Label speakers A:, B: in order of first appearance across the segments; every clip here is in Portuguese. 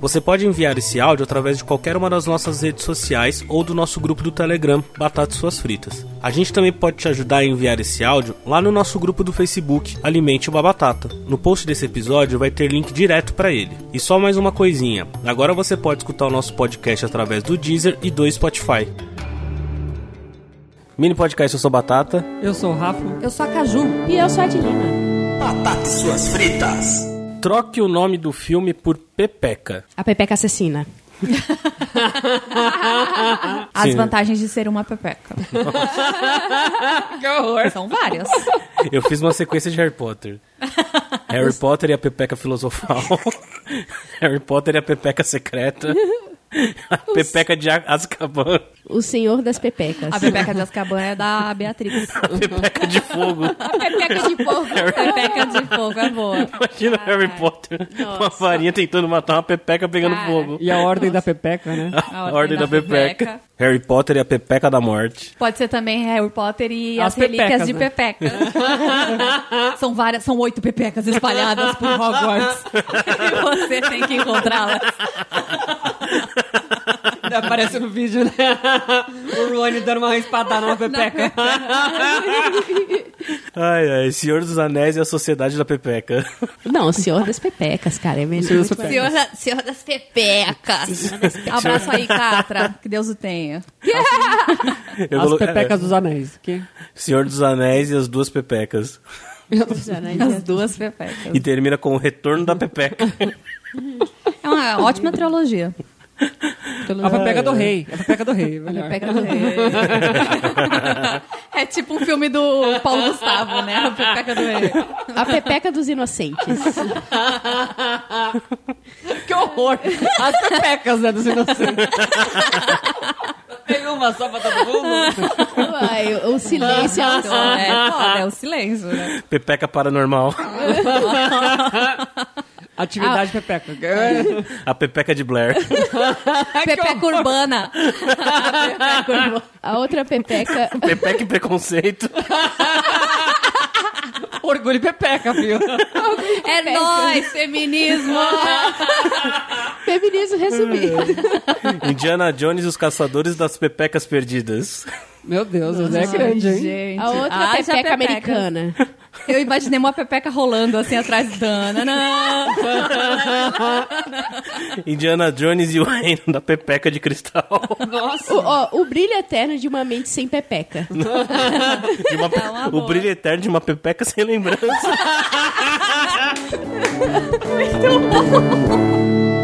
A: Você pode enviar esse áudio através de qualquer uma das nossas redes sociais ou do nosso grupo do Telegram, Batatas Suas Fritas. A gente também pode te ajudar a enviar esse áudio lá no nosso grupo do Facebook, Alimente uma Batata. No post desse episódio vai ter link direto para ele. E só mais uma coisinha: agora você pode escutar o nosso podcast através do Deezer e do Spotify. Mini podcast, eu sou Batata.
B: Eu sou o Rafa.
C: Eu sou a Caju.
D: E eu sou a Dilina.
E: Batatas suas fritas.
A: Troque o nome do filme por Pepeca.
C: A Pepeca Assassina.
D: As
A: Sim.
D: vantagens de ser uma pepeca.
B: Que horror.
D: São várias.
A: Eu fiz uma sequência de Harry Potter. Harry Potter e a Pepeca Filosofal. Harry Potter e a Pepeca Secreta. A Pepeca de A- Azkaban.
C: O Senhor das Pepecas.
D: A pepeca de Azkaban é da Beatriz.
A: A Pepeca de Fogo.
D: Pepeca de fogo. Pepeca de fogo é boa.
A: Imagina Harry Potter com a varinha tentando matar uma Pepeca pegando
D: Cara.
A: fogo.
B: E a ordem da Pepeca, né?
A: A,
D: Ordem
A: Ordem da,
D: da
A: pepeca.
D: Pepeca.
A: Harry Potter e a Pepeca da Morte.
D: Pode ser também Harry Potter e
B: As
D: as, relíquias
B: pepecas,
D: de
B: né?
D: pepecas. são várias, são oito pepecas espalhadas por Hogwarts. e você tem que encontrá-las.
B: Ainda Aparece no vídeo, né? O Rony dando uma espadada na Pepeca.
A: Ai, ai, Senhor dos Anéis e a Sociedade da Pepeca.
C: Não, o Senhor das Pepecas, cara. É melhor.
B: Senhor das Pepecas.
D: Senhor, da- senhor das pepecas. Abraço aí, Catra. Que Deus o tenha.
A: Eu
B: As
A: colo-
B: Pepecas dos Anéis. Que?
A: é, Senhor dos Anéis e as duas Pepecas.
D: As duas pepecas.
A: E termina com o Retorno da Pepeca.
D: É uma ótima trilogia.
B: A Pepeca do Rei. A Pepeca do Rei. melhor.
D: Pepeca do Rei. É tipo um filme do Paulo Gustavo, né? A Pepeca do Rei.
C: A Pepeca dos Inocentes.
B: Que horror. As Pepecas, né? Dos Inocentes. Tem uma só pra todo mundo?
C: Uai, o o silêncio é um
D: Então, é foda, é o silêncio, né?
A: Pepeca Paranormal.
B: Atividade Pepeca.
A: A Pepeca de Blair.
D: Pepeca urbana.
C: A outra Pepeca.
A: Pepeca e Preconceito.
B: Orgulho e Pepeca, viu?
D: É nóis, feminismo.
C: Feminismo resumido.
A: Indiana Jones e os Caçadores das Pepecas Perdidas.
B: Meu Deus, o Zé é grande, hein?
D: Gente.
C: A outra
D: Haja
C: pepeca, americana.
D: Eu imaginei uma pepeca rolando assim atrás da Nanã.
A: Indiana Jones e o Reino da Pepeca de Cristal.
C: O, ó, o brilho eterno de uma mente sem pepeca.
A: De uma pe-
D: uma
A: o
D: boa.
A: brilho eterno de uma Pepeca sem lembrança.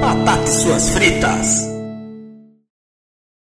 E: Batatas suas fritas.